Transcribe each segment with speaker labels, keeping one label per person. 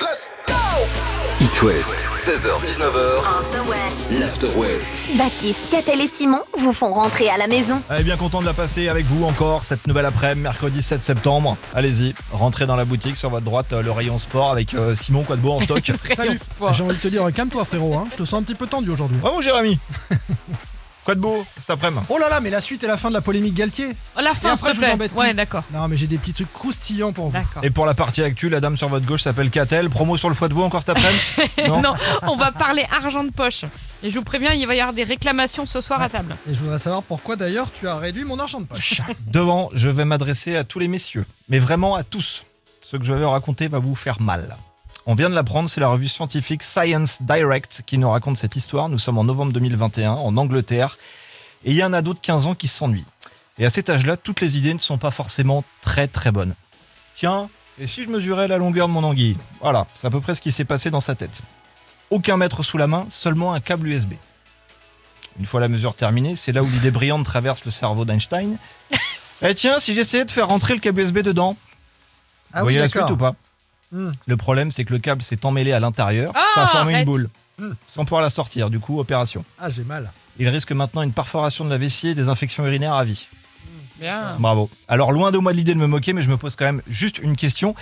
Speaker 1: Let's go
Speaker 2: It West, 16h-19h,
Speaker 3: After West.
Speaker 2: l'After West.
Speaker 3: Baptiste, Catel et Simon vous font rentrer à la maison.
Speaker 4: Allez, bien content de la passer avec vous encore cette nouvelle après-midi, mercredi 7 septembre. Allez-y, rentrez dans la boutique sur votre droite, euh, le rayon sport avec euh, Simon Quadbo en stock.
Speaker 5: Salut.
Speaker 6: sport.
Speaker 5: J'ai envie de te dire, calme-toi frérot, hein. je te sens un petit peu tendu aujourd'hui.
Speaker 4: Bravo Jérémy Quadbo, cet après-midi.
Speaker 5: Oh là là, mais la suite et la fin de la polémique Galtier.
Speaker 6: Oh, La
Speaker 5: Et
Speaker 6: fin,
Speaker 5: après,
Speaker 6: s'il te
Speaker 5: je
Speaker 6: plaît.
Speaker 5: vous embête
Speaker 6: ouais,
Speaker 5: plus.
Speaker 6: d'accord.
Speaker 5: Non, mais j'ai des petits trucs croustillants pour vous.
Speaker 6: D'accord.
Speaker 4: Et pour la partie actuelle, la dame sur votre gauche s'appelle Catel. Promo sur le foie de veau encore cet après-midi
Speaker 6: Non, on va parler argent de poche. Et je vous préviens, il va y avoir des réclamations ce soir à table.
Speaker 5: Et je voudrais savoir pourquoi d'ailleurs tu as réduit mon argent de poche.
Speaker 4: Devant, je vais m'adresser à tous les messieurs, mais vraiment à tous. Ce que je vais vous raconter va vous faire mal. On vient de l'apprendre, c'est la revue scientifique Science Direct qui nous raconte cette histoire. Nous sommes en novembre 2021 en Angleterre et il y a un ado de 15 ans qui s'ennuie. Et à cet âge-là, toutes les idées ne sont pas forcément très très bonnes. Tiens, et si je mesurais la longueur de mon anguille Voilà, c'est à peu près ce qui s'est passé dans sa tête. Aucun mètre sous la main, seulement un câble USB. Une fois la mesure terminée, c'est là où l'idée brillante traverse le cerveau d'Einstein eh tiens, si j'essayais de faire rentrer le câble USB dedans, vous voyez la suite ou pas
Speaker 5: Ah Hmm.
Speaker 4: Le problème, c'est que le câble s'est emmêlé à l'intérieur,
Speaker 6: Ah,
Speaker 4: ça a formé une
Speaker 6: arrête.
Speaker 4: boule,
Speaker 5: Hmm.
Speaker 4: sans pouvoir la sortir. Du coup, opération.
Speaker 5: Ah, j'ai mal.
Speaker 4: Il risque maintenant une perforation de la vessie et des infections urinaires à vie.
Speaker 6: Bien.
Speaker 4: Bravo. Alors, loin de moi de l'idée de me moquer, mais je me pose quand même juste une question.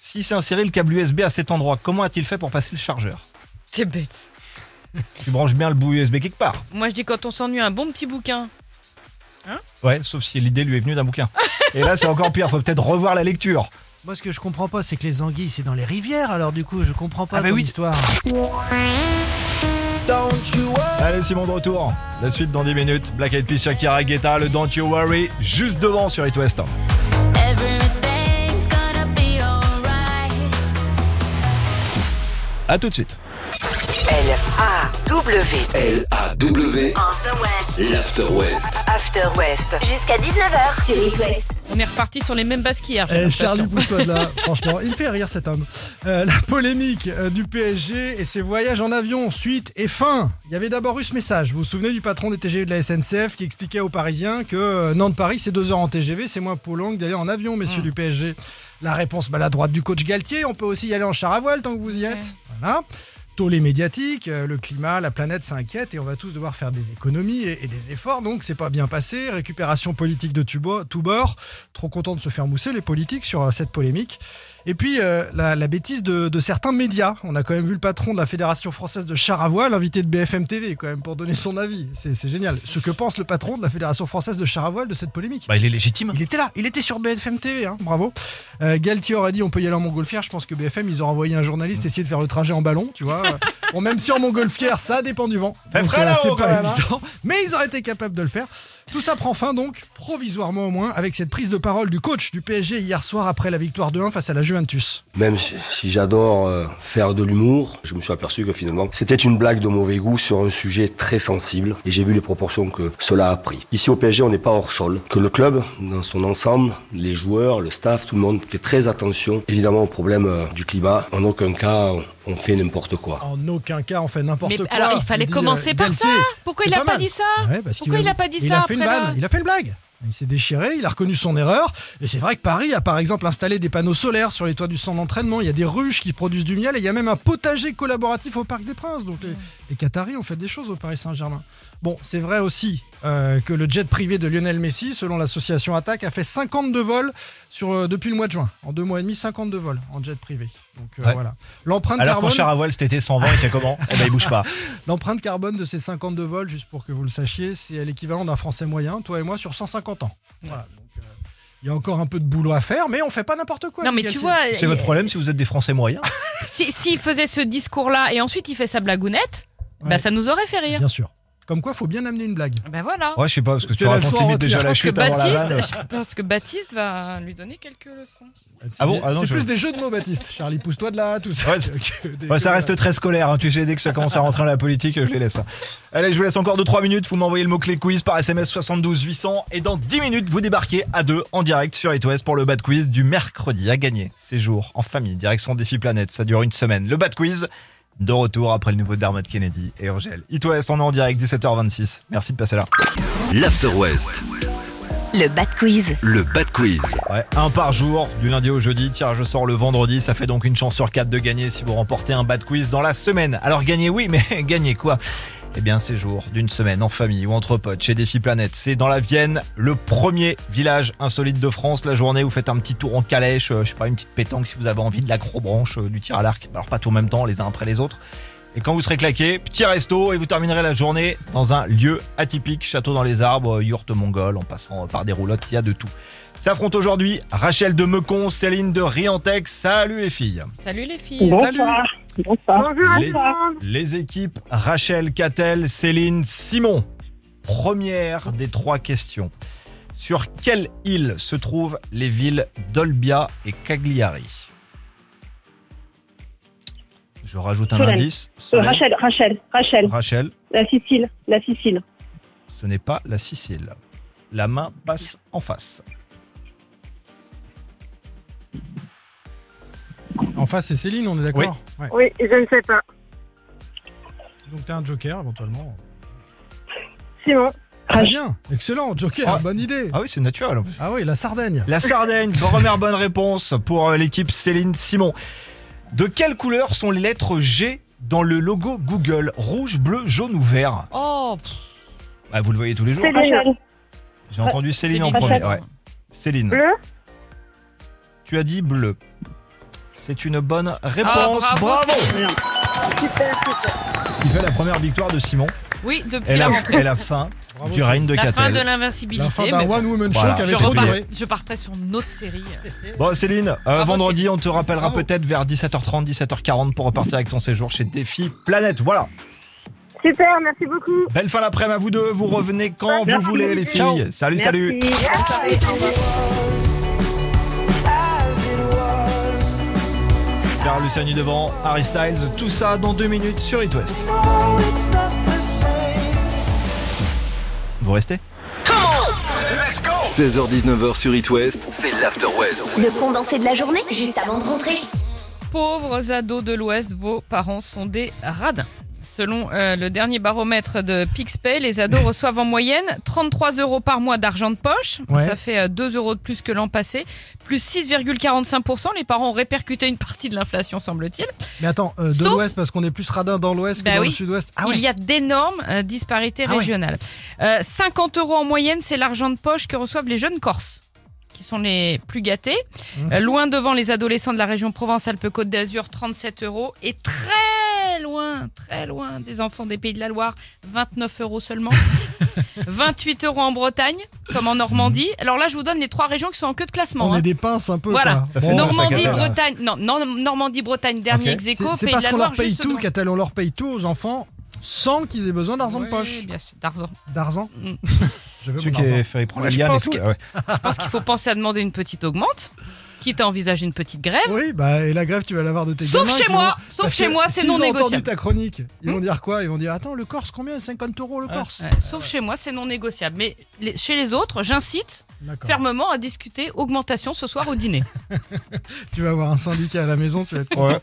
Speaker 4: Si s'est inséré le câble USB à cet endroit, comment a-t-il fait pour passer le chargeur
Speaker 6: T'es bête.
Speaker 4: Tu branches bien le bout USB quelque part.
Speaker 6: Moi, je dis quand on s'ennuie, un bon petit bouquin.
Speaker 4: Ouais, sauf si l'idée lui est venue d'un bouquin. Et là, c'est encore pire, faut peut-être revoir la lecture.
Speaker 7: Moi, ce que je comprends pas, c'est que les anguilles, c'est dans les rivières, alors du coup, je comprends pas
Speaker 4: Ah bah
Speaker 7: ton
Speaker 4: oui.
Speaker 7: histoire.
Speaker 4: Allez Simon de retour. La suite dans 10 minutes. Black Eyed Peas, Shakira, Guetta, le Don't You Worry, juste devant sur It West.
Speaker 8: Everything's gonna be alright.
Speaker 4: A tout de suite.
Speaker 9: L-A-W.
Speaker 2: L-A-W,
Speaker 3: After West.
Speaker 2: l'After West.
Speaker 9: After West.
Speaker 3: Jusqu'à 19h sur It West.
Speaker 6: On est reparti sur les mêmes bases qu'hier. j'ai
Speaker 5: Eh,
Speaker 6: l'impression.
Speaker 5: Charlie, pousse-toi de là. Franchement, il me fait rire cet homme. Euh, la polémique euh, du PSG et ses voyages en avion, suite et fin. Il y avait d'abord eu ce message. Vous vous souvenez du patron des TGV de la SNCF qui expliquait aux Parisiens que euh, Nantes-Paris, c'est deux heures en TGV, c'est moins polluant que d'aller en avion, messieurs du PSG. La réponse maladroite du coach Galtier, on peut aussi y aller en char à voile tant que vous y êtes. Voilà. Tollé médiatique, euh, le climat, la planète s'inquiète et on va tous devoir faire des économies et, et des efforts, donc c'est pas bien passé. Récupération politique de tubo- tous bords, trop content de se faire mousser les politiques sur euh, cette polémique. Et puis euh, la, la bêtise de, de certains médias. On a quand même vu le patron de la Fédération française de char à voile, invité de BFM TV, quand même, pour donner son avis. C'est c'est génial. Ce que pense le patron de la Fédération française de char à voile de cette polémique.
Speaker 4: Bah il est légitime.
Speaker 5: Il était là, il était sur BFM TV, hein, bravo. Euh, Galtier aurait dit on peut y aller en montgolfière. Je pense que BFM, ils ont envoyé un journaliste essayer de faire le trajet en ballon, tu vois. Euh, bon, même si en montgolfière, ça dépend du vent.
Speaker 4: Eh,
Speaker 5: Donc, euh,
Speaker 4: frère, là-haut,
Speaker 5: c'est
Speaker 4: quand
Speaker 5: pas
Speaker 4: même, hein.
Speaker 5: évident. Mais ils auraient été capables de le faire. Tout ça prend fin donc, provisoirement au moins, avec cette prise de parole du coach du PSG hier soir après la victoire 2-1 face à la Juventus.
Speaker 10: Même si si j'adore euh, faire de l'humour, je me suis aperçu que finalement, c'était une blague de mauvais goût sur un sujet très sensible et j'ai vu les proportions que cela a pris. Ici au PSG, on n'est pas hors sol, que le club, dans son ensemble, les joueurs, le staff, tout le monde fait très attention évidemment au problème euh, du climat. En aucun cas, on- on fait n'importe quoi.
Speaker 5: En aucun cas, on fait n'importe
Speaker 6: Mais
Speaker 5: quoi.
Speaker 6: alors, il fallait
Speaker 5: nous dit,
Speaker 6: commencer
Speaker 5: euh,
Speaker 6: par
Speaker 5: Galtier.
Speaker 6: ça. Pourquoi il
Speaker 5: C'est
Speaker 6: a
Speaker 5: pas
Speaker 6: pas
Speaker 5: mal.
Speaker 6: dit ça
Speaker 5: Ouais, bah, parce qu'il
Speaker 6: Pourquoi il
Speaker 5: a-
Speaker 6: a pas dit
Speaker 5: il
Speaker 6: ça
Speaker 5: a fait une
Speaker 6: après la-
Speaker 5: vanne, il a fait une blague. Il s'est déchiré, il a reconnu son erreur. Et c'est vrai que Paris a par exemple installé des panneaux solaires sur les toits du centre d'entraînement. Il y a des ruches qui produisent du miel et il y a même un potager collaboratif au Parc des Princes. Donc les, les Qataris ont fait des choses au Paris Saint-Germain. Bon, c'est vrai aussi euh, que le jet privé de Lionel Messi, selon l'association Attaque, a fait 52 vols sur, euh, depuis le mois de juin. En deux mois et demi, 52 vols en jet privé. Donc euh,
Speaker 4: Ouais.
Speaker 5: voilà. L'empreinte
Speaker 4: Alors qu'en
Speaker 5: carbone.
Speaker 4: char à voile cet été 120, il fait comment Eh ben il bouge pas.
Speaker 5: L'empreinte carbone de ces 52 vols, juste pour que vous le sachiez, c'est l'équivalent d'un Français moyen, toi et moi, sur 150 ans. Voilà, donc, euh, il y a encore un peu de boulot à faire, mais on fait pas n'importe quoi.
Speaker 6: Non, mais tu
Speaker 5: Galtier.
Speaker 6: vois,
Speaker 4: C'est votre problème si vous êtes des Français moyens.
Speaker 6: si- s'il faisait ce discours-là et ensuite il fait sa blagounette, bah
Speaker 5: Ouais.
Speaker 6: ça nous aurait fait rire.
Speaker 5: Bien sûr. Comme quoi, faut bien amener une blague.
Speaker 6: Ben voilà.
Speaker 4: Ouais, je sais pas, parce que tu
Speaker 5: C'est la
Speaker 4: racontes
Speaker 5: leçon à
Speaker 4: limite déjà
Speaker 5: retenir.
Speaker 6: je,
Speaker 4: la
Speaker 6: pense que
Speaker 4: chute avant la vanne.
Speaker 6: Baptiste, je pense que Baptiste va lui donner quelques leçons.
Speaker 5: C'est-
Speaker 4: bon Ah non,
Speaker 5: C'est
Speaker 4: je-
Speaker 5: plus des jeux de mots, Baptiste. Charlie, pousse-toi de là, tout ça.
Speaker 4: Ouais,
Speaker 5: que- que des-
Speaker 4: Ouais, ça
Speaker 5: que-
Speaker 4: reste très scolaire, hein. tu sais, dès que ça commence à rentrer dans la politique, je les laisse. hein. Allez, je vous laisse encore 2-3 minutes, vous m'envoyez le mot-clé quiz par SMS 72 800 et dans 10 minutes, vous débarquez à deux en direct sur It West pour le Bad Quiz du mercredi à gagner. Séjour en famille, direction Défi Planète, ça dure une semaine. Le Bad Quiz, de retour après le nouveau d'Armad Kennedy et Angèle. It West, on est en direct 17h26. Merci de passer là.
Speaker 2: L'After West.
Speaker 3: Le Bad Quiz.
Speaker 2: Le Bad Quiz.
Speaker 4: Ouais, un par jour, du lundi au jeudi, tirage au sort le vendredi, ça fait donc une chance sur quatre de gagner si vous remportez un bad quiz dans la semaine. Alors gagner oui, mais gagner quoi Eh bien ces jours d'une semaine en famille ou entre potes chez Défi Planète, c'est dans la Vienne, le premier village insolite de France. La journée, vous faites un petit tour en calèche, euh, je sais pas, une petite pétanque si vous avez envie, de l'acrobranche, euh, du tir à l'arc. Alors pas tout en même temps, les uns après les autres. Et quand vous serez claqué, petit resto et vous terminerez la journée dans un lieu atypique, château dans les arbres, euh, yourte mongole, en passant euh, par des roulottes, il y a de tout. S'affrontent aujourd'hui Rachel de Mecon, Céline de Riantec. Salut les filles.
Speaker 6: Salut les filles.
Speaker 1: Bonsoir. Bonsoir.
Speaker 4: Les, les équipes Rachel, Catel, Céline, Simon. Première des trois questions. Sur quelle île se trouvent les villes d'Olbia et Cagliari Je rajoute un
Speaker 1: Solène.
Speaker 4: indice.
Speaker 1: Euh,
Speaker 4: Solène.
Speaker 1: Rachel, Rachel, Rachel,
Speaker 4: Rachel,
Speaker 1: la Sicile, la Sicile.
Speaker 4: ce n'est pas la Sicile. La main passe en face.
Speaker 5: En face, c'est Céline, on est d'accord Ouais.
Speaker 1: Oui, je ne sais pas.
Speaker 5: Donc t'as un joker éventuellement.
Speaker 1: Simon,
Speaker 5: Très bien, excellent, joker,
Speaker 4: Ah.
Speaker 5: bonne idée.
Speaker 4: Ah oui, c'est naturel. en plus.
Speaker 5: Ah oui, la Sardaigne.
Speaker 4: La Sardaigne, première bonne réponse pour euh, l'équipe Céline Simon. De quelle couleur sont les lettres G dans le logo Google Rouge, bleu, jaune ou vert
Speaker 6: Oh, pff,
Speaker 4: Ah, Vous le voyez tous les jours.
Speaker 1: Céline,
Speaker 4: J'ai entendu Céline en
Speaker 6: Céline.
Speaker 4: premier. ouais. Céline,
Speaker 1: bleu,
Speaker 4: tu as dit bleu. C'est une bonne réponse.
Speaker 6: Ah, bravo,
Speaker 1: super, super.
Speaker 4: Ce qui fait la première victoire de Simon
Speaker 6: oui, depuis
Speaker 4: et
Speaker 6: la
Speaker 4: la, et
Speaker 6: rentrée.
Speaker 4: la fin
Speaker 5: Bravo,
Speaker 4: du règne de
Speaker 6: La fin de
Speaker 4: Catel.
Speaker 5: La fin
Speaker 6: l'invincibilité.
Speaker 5: d'un
Speaker 6: mais bon,
Speaker 5: One Woman
Speaker 4: Voilà.
Speaker 5: Show qui avait
Speaker 6: Je,
Speaker 5: été
Speaker 6: repars-
Speaker 5: doublé.
Speaker 6: je partais sur une autre série.
Speaker 4: Bon Céline, euh,
Speaker 6: Bravo,
Speaker 4: vendredi on te rappellera
Speaker 5: Bravo.
Speaker 4: peut-être vers 17h30, 17h40 pour repartir avec ton séjour chez Défi Planète. Voilà.
Speaker 1: Super, merci beaucoup.
Speaker 4: Belle fin d'après-midi à vous deux. Vous revenez quand vous
Speaker 1: Merci.
Speaker 4: voulez, les filles.
Speaker 1: Ciao.
Speaker 4: Salut, salut.
Speaker 1: Merci.
Speaker 4: Carl Luciani devant, Harry Styles. Tout ça dans deux minutes sur It West. Vous restez
Speaker 2: 16h-19h sur It West, c'est l'After West.
Speaker 3: Le condensé de la journée, juste avant de rentrer.
Speaker 6: Pauvres ados de l'Ouest, vos parents sont des radins. Selon euh, le dernier baromètre de PixPay, les ados reçoivent en moyenne 33 euros par mois d'argent de poche.
Speaker 5: Ouais.
Speaker 6: Ça fait euh, 2 euros de plus que l'an passé. Plus 6,45%. Les parents ont répercuté une partie de l'inflation, semble-t-il.
Speaker 5: Mais attends, euh, de
Speaker 6: Sauf-
Speaker 5: l'Ouest, parce qu'on est plus radin dans l'Ouest
Speaker 6: Bah
Speaker 5: que dans
Speaker 6: oui.
Speaker 5: le Sud-Ouest. Ah ouais.
Speaker 6: Il y a d'énormes euh, disparités
Speaker 5: Ah ouais.
Speaker 6: régionales. Euh, 50 euros en moyenne, c'est l'argent de poche que reçoivent les jeunes Corses, qui sont les plus gâtés.
Speaker 5: Mhm.
Speaker 6: Euh, loin devant les adolescents de la région Provence-Alpes-Côte d'Azur, 37 euros. Et très loin, très loin des enfants des Pays de la Loire, 29 euros seulement. 28 euros en Bretagne, comme en Normandie. Alors là, je vous donne les trois régions qui sont en queue de classement.
Speaker 5: Mmh. On
Speaker 6: hein.
Speaker 5: est des pinces un peu.
Speaker 6: Voilà.
Speaker 5: quoi.
Speaker 4: Ça fait deux, ça
Speaker 6: Normandie,
Speaker 4: Catala.
Speaker 6: Bretagne, non, non, Normandie, Bretagne, dernier
Speaker 4: Ok.
Speaker 6: ex
Speaker 5: C'est-
Speaker 6: aequo,
Speaker 5: C'est
Speaker 6: Pays de
Speaker 5: parce
Speaker 6: la
Speaker 5: qu'on
Speaker 6: Loire,
Speaker 5: leur paye
Speaker 6: juste
Speaker 5: tout,
Speaker 6: devant.
Speaker 5: Catel, on leur paye tout aux enfants sans qu'ils aient besoin d'argent de
Speaker 6: Oui,
Speaker 5: poche.
Speaker 6: bien sûr, d'argent.
Speaker 5: D'argent
Speaker 6: Mm.
Speaker 5: Je veux
Speaker 4: Celui
Speaker 5: mon
Speaker 4: qui
Speaker 5: argent.
Speaker 4: est fait prendre la
Speaker 6: Ouais, je
Speaker 4: liane et
Speaker 6: pense
Speaker 4: tout.
Speaker 6: que-
Speaker 4: Ah ouais.
Speaker 6: pense qu'il faut penser à demander une petite augmente, quitte à envisager une petite grève.
Speaker 5: Oui, bah, et la grève, tu vas l'avoir de tes
Speaker 6: Sauf
Speaker 5: gamins
Speaker 6: chez
Speaker 5: qui
Speaker 6: moi,
Speaker 5: vont-
Speaker 6: sauf
Speaker 5: parce
Speaker 6: chez
Speaker 5: que
Speaker 6: moi, c'est
Speaker 5: s'ils
Speaker 6: non
Speaker 5: ont entendu
Speaker 6: négociable. Mm.
Speaker 5: ta chronique, ils vont dire quoi Ils vont dire Attends, le Corse, combien 50 euros le Corse
Speaker 6: Ouais, sauf chez moi, c'est non négociable. Mais les- chez les autres, j'incite
Speaker 5: D'accord.
Speaker 6: fermement à discuter augmentation ce soir au dîner.
Speaker 5: Tu vas avoir un syndicat à la maison, tu vas être content.
Speaker 4: Ouais.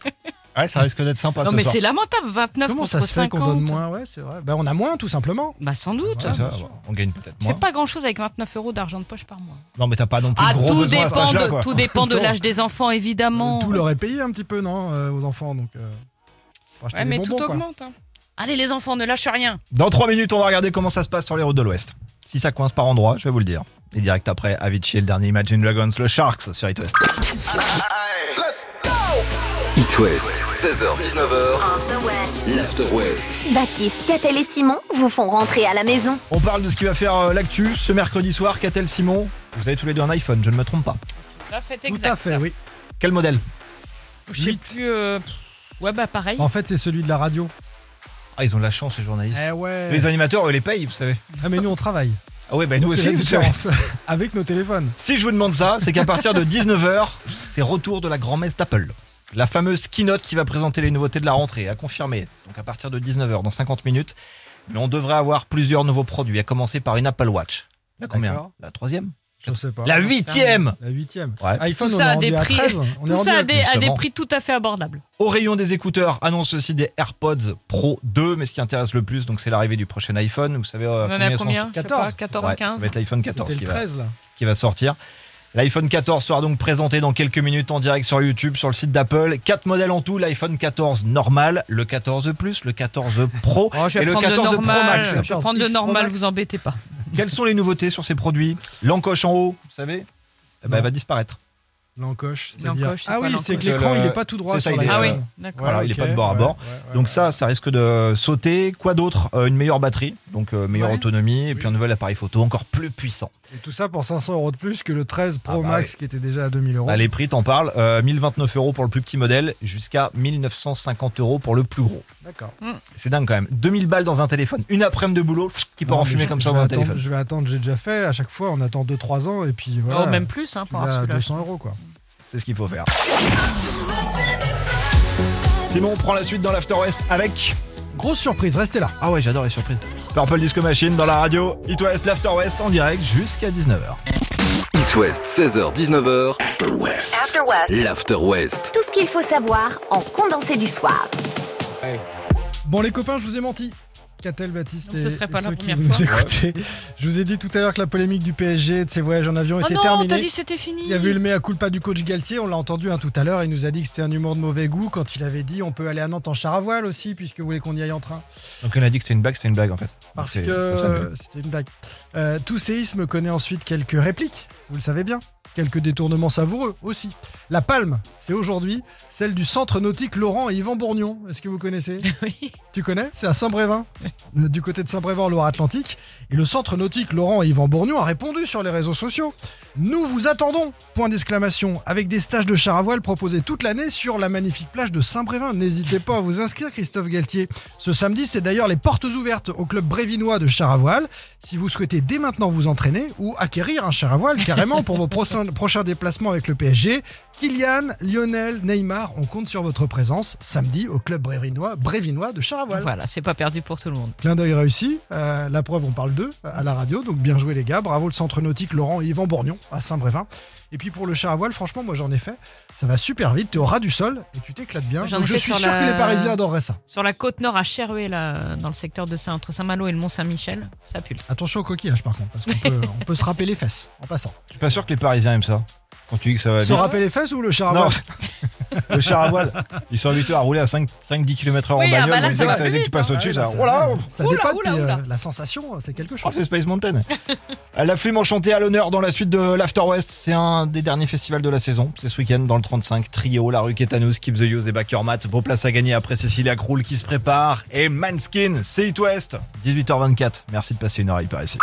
Speaker 4: Ouais, ça risque d'être sympa
Speaker 6: non,
Speaker 4: ce
Speaker 6: mais
Speaker 4: soir.
Speaker 6: c'est lamentable, 29
Speaker 5: Comment
Speaker 6: contre
Speaker 5: ça se fait qu'on
Speaker 6: 50.
Speaker 5: donne moins Ouais, c'est vrai. Bah, on a moins, tout simplement.
Speaker 6: Bah sans doute.
Speaker 4: Ouais, ça, on gagne peut-être
Speaker 6: Tu
Speaker 4: moins.
Speaker 6: fais pas grand chose avec 29 euros d'argent de poche par mois.
Speaker 4: Non, mais t'as pas non plus
Speaker 6: Ah,
Speaker 4: de gros
Speaker 6: tout
Speaker 4: besoin à cet
Speaker 6: dépend,
Speaker 4: âge-là,
Speaker 6: de,
Speaker 4: quoi.
Speaker 6: tout dépend de
Speaker 5: Attends.
Speaker 6: l'âge des enfants, évidemment.
Speaker 5: Tout leur est payé un petit peu, non euh, Aux enfants, donc. euh, faut acheter
Speaker 6: Ouais,
Speaker 5: des
Speaker 6: mais
Speaker 5: bonbons,
Speaker 6: tout
Speaker 5: quoi.
Speaker 6: augmente. hein. Allez, les enfants, ne lâche rien.
Speaker 4: Dans 3 minutes, on va regarder comment ça se passe sur les routes de l'Ouest. Si ça coince par endroit, je vais vous le dire. Et direct après, Avicii, le dernier Imagine Dragons, le Sharks sur It West.
Speaker 2: It West, 16h-19h,
Speaker 3: Of the West.
Speaker 2: l'After West.
Speaker 3: Baptiste, Catel et Simon vous font rentrer à la maison.
Speaker 4: On parle de ce qui va faire euh, l'actu ce mercredi soir. Qu'a-t-elle Simon Vous avez tous les deux un iPhone, je ne me trompe pas.
Speaker 6: La fête
Speaker 5: Tout
Speaker 6: exacte.
Speaker 5: à fait, oui.
Speaker 4: Quel modèle
Speaker 6: Je sais
Speaker 5: Huit.
Speaker 6: plus. euh, pff, Ouais, bah pareil.
Speaker 5: En fait, c'est celui de la radio.
Speaker 4: Ah, ils ont de la chance, les journalistes.
Speaker 5: Eh ouais.
Speaker 4: Les animateurs, eux, les payent, vous savez.
Speaker 5: Ah, mais nous, on travaille.
Speaker 4: Ah ouais, bah nous
Speaker 5: C'est
Speaker 4: aussi.
Speaker 5: la
Speaker 4: vous savez.
Speaker 5: différence. Avec nos téléphones.
Speaker 4: Si je vous demande ça, c'est qu'à partir de 19h, c'est retour de la grand-messe d'Apple. La fameuse keynote qui va présenter les nouveautés de la rentrée, à confirmer. Donc à partir de 19h, dans 50 minutes. Mais on devrait avoir plusieurs nouveaux produits, à commencer par une Apple Watch. La combien
Speaker 5: D'accord.
Speaker 4: La troisième
Speaker 5: Je sais pas.
Speaker 4: La huitième
Speaker 5: La huitième.
Speaker 4: Ouais.
Speaker 5: iPhone,
Speaker 6: Tout
Speaker 5: on
Speaker 6: ça
Speaker 5: est
Speaker 6: à
Speaker 5: rendu
Speaker 6: des
Speaker 5: à
Speaker 6: prix-
Speaker 5: 13. On est
Speaker 6: Tout
Speaker 5: rendu
Speaker 6: ça
Speaker 5: à-
Speaker 6: à des, à des
Speaker 4: justement.
Speaker 6: prix tout à fait abordables.
Speaker 4: Au rayon des écouteurs, annonce aussi des AirPods Pro 2, mais ce qui intéresse le plus, donc c'est l'arrivée du prochain iPhone. Vous savez euh,
Speaker 6: On en
Speaker 4: combien
Speaker 6: a
Speaker 4: ils sont
Speaker 6: combien
Speaker 4: sortis
Speaker 6: Je sais
Speaker 5: 14,
Speaker 6: pas, 14,
Speaker 4: Ouais, Ça
Speaker 6: 15.
Speaker 4: va être l'iPhone 14
Speaker 5: C'était
Speaker 4: qui
Speaker 5: le
Speaker 4: va,
Speaker 5: 13 là.
Speaker 4: qui va sortir. L'iPhone 14 sera donc présenté dans quelques minutes en direct sur YouTube, sur le site d'Apple. Quatre modèles en tout l'iPhone 14 normal, le 14 Plus, le 14 Pro
Speaker 6: Oh, je
Speaker 4: et
Speaker 6: vais
Speaker 4: le
Speaker 6: prendre
Speaker 4: 14
Speaker 6: le
Speaker 4: Pro
Speaker 6: normal.
Speaker 4: Max.
Speaker 6: Je vais prendre le
Speaker 5: 14 Pro
Speaker 6: normal,
Speaker 5: Max.
Speaker 6: vous embêtez pas.
Speaker 4: Quelles sont les nouveautés sur ces produits L'encoche en haut, vous savez Eh ben,
Speaker 5: Non.
Speaker 4: Elle va disparaître.
Speaker 5: L'encoche, c'est-à-dire.
Speaker 6: L'encoche, c'est
Speaker 5: Ah
Speaker 6: quoi
Speaker 5: oui,
Speaker 6: l'encoche
Speaker 5: c'est que l'écran,
Speaker 4: Le-
Speaker 5: il est pas tout droit
Speaker 4: c'est ça,
Speaker 5: sur
Speaker 4: il est,
Speaker 5: l'iPhone.
Speaker 6: Ah oui,
Speaker 4: euh,
Speaker 6: d'accord.
Speaker 4: voilà, il est
Speaker 5: ok,
Speaker 4: pas de bord à
Speaker 5: ouais,
Speaker 4: bord.
Speaker 5: ouais, ouais,
Speaker 4: Donc
Speaker 5: ouais.
Speaker 4: ça, ça risque de sauter. Quoi d'autre Euh, Une meilleure batterie, donc euh, meilleure
Speaker 6: Ouais.
Speaker 4: autonomie, et
Speaker 5: Oui.
Speaker 4: puis un nouvel appareil photo encore plus puissant.
Speaker 5: Et tout ça pour 500 euros de plus que le 13 Pro
Speaker 4: Ah bah
Speaker 5: Max qui était déjà à 2000 euros.
Speaker 4: Bah, les prix, t'en parles. Euh, 1029 euros pour le plus petit modèle, jusqu'à 1950 euros pour le plus gros.
Speaker 5: D'accord.
Speaker 4: C'est dingue quand même. 2000 balles dans un téléphone, une après-midi de boulot pff, qui part
Speaker 5: Non,
Speaker 4: en
Speaker 5: mais
Speaker 4: fumée
Speaker 5: je-
Speaker 4: comme
Speaker 5: je
Speaker 4: ça
Speaker 5: vais
Speaker 4: dans un
Speaker 5: attendre-
Speaker 4: téléphone.
Speaker 5: Je vais attendre, j'ai déjà fait. À chaque fois, on attend 2-3 ans et puis voilà.
Speaker 6: Oh, même plus, hein,
Speaker 5: tu
Speaker 6: pour
Speaker 5: vas à
Speaker 6: un celui-là.
Speaker 5: 200 euros quoi.
Speaker 4: C'est ce qu'il faut faire. Simon prend la suite dans l'After West avec.
Speaker 5: Grosse surprise, restez là.
Speaker 4: Ah ouais, j'adore les surprises. Purple Disco Machine dans la radio. It West, l'After West en direct jusqu'à 19h.
Speaker 2: It West, 16h, 19h. After West.
Speaker 3: After West.
Speaker 2: L'After West.
Speaker 3: Tout ce qu'il faut savoir en condensé du soir.
Speaker 5: Bon les copains, je vous ai menti. Catel Baptiste
Speaker 6: Donc,
Speaker 5: et,
Speaker 6: ce serait pas
Speaker 5: et
Speaker 6: la
Speaker 5: ceux qui
Speaker 6: première
Speaker 5: vous
Speaker 6: fois.
Speaker 5: écoutez. Je vous ai dit tout à l'heure que la polémique du PSG et de ses voyages en avion
Speaker 6: Oh
Speaker 5: était
Speaker 6: non, t'as
Speaker 5: terminée.
Speaker 6: dit c'était fini.
Speaker 5: Il y avait eu le mea culpa du coach Galtier, on l'a entendu hein, tout à l'heure, il nous a dit que c'était un humour de mauvais goût quand il avait dit on peut aller à Nantes en char à voile aussi puisque vous voulez qu'on y aille en train.
Speaker 4: Donc on a dit que c'était une blague, c'était une blague en fait.
Speaker 5: Parce
Speaker 4: C'est-
Speaker 5: que
Speaker 4: ça, ça me fait.
Speaker 5: c'était une blague. Euh, tout séisme connaît ensuite quelques répliques, vous le savez bien. Quelques détournements savoureux aussi. La palme, c'est aujourd'hui celle du centre nautique Laurent et Yvan Bourgnon. Est-ce que vous connaissez
Speaker 6: Oui.
Speaker 5: Tu connais C'est à Saint-Brévin, euh, du côté de Saint-Brévin en Loire-Atlantique. Et le centre nautique Laurent et Yvan Bourgnon a répondu sur les réseaux sociaux. Nous vous attendons Point d'exclamation. Avec des stages de char à voile proposés toute l'année sur la magnifique plage de Saint-Brévin. N'hésitez pas à vous inscrire, Christophe Galtier. Ce samedi, c'est d'ailleurs les portes ouvertes au club brévinois de char à voile. Si vous souhaitez dès maintenant vous entraîner ou acquérir un char à voile carrément pour vos prochains, prochains déplacements avec le PSG, Kylian, Lionel, Neymar, on compte sur votre présence samedi au club brévinois, brévinois de char à voile.
Speaker 6: Voilà, c'est pas perdu pour tout le monde.
Speaker 5: Clin d'œil réussi. Euh, la preuve, on parle d'eux à la radio. Donc bien joué les gars. Bravo le centre nautique Laurent et Yvan Bourgnon à Saint-Brévin. Et puis pour le char à voile, franchement, moi j'en ai fait. Ça va super vite. T'es au ras du sol et tu t'éclates bien.
Speaker 6: J'en ai
Speaker 5: Donc, je
Speaker 6: fait
Speaker 5: suis
Speaker 6: sur
Speaker 5: sûr
Speaker 6: la-
Speaker 5: que les Parisiens adoreraient ça.
Speaker 6: Sur la côte nord à Cheruet, là, dans le secteur de Saint, entre Saint-Malo et le Mont-Saint-Michel, ça pulse.
Speaker 5: Attention aux coquillages par contre, parce qu'on peut, on peut se râper les fesses en passant.
Speaker 4: Je suis pas sûr que les Parisiens aiment ça. Quand tu dis que ça va
Speaker 5: Se
Speaker 4: bien.
Speaker 5: râper les fesses ou le char à
Speaker 4: Non,
Speaker 5: voile
Speaker 4: le char à voile, ils sont habitués à rouler à 5-10 km/h en
Speaker 6: Oui, ah
Speaker 4: bagnole.
Speaker 6: bah là,
Speaker 4: mais
Speaker 6: ça
Speaker 4: dès
Speaker 6: va
Speaker 4: que
Speaker 6: plus
Speaker 4: dès que tu
Speaker 6: vite, bah,
Speaker 4: passes
Speaker 5: Ah
Speaker 4: au-dessus,
Speaker 5: ouais,
Speaker 4: ça.
Speaker 5: là,
Speaker 4: oh là,
Speaker 5: Ça
Speaker 6: Oula,
Speaker 5: dépasse,
Speaker 6: oula,
Speaker 5: puis, euh,
Speaker 6: oula.
Speaker 5: la sensation, c'est quelque
Speaker 4: Oh,
Speaker 5: chose.
Speaker 4: c'est Space Mountain. Euh, La flume enchantée à l'honneur dans la suite de l'After West. C'est un des derniers festivals de la saison. C'est ce week-end dans le 35. Trio, La Rue Ketanous, Keep the Use et Bakermat. Vos places à gagner après Cécilia Kroul qui se prépare. Et Manskin, c'est It West. 18h24. Merci de passer une heure hyper ici.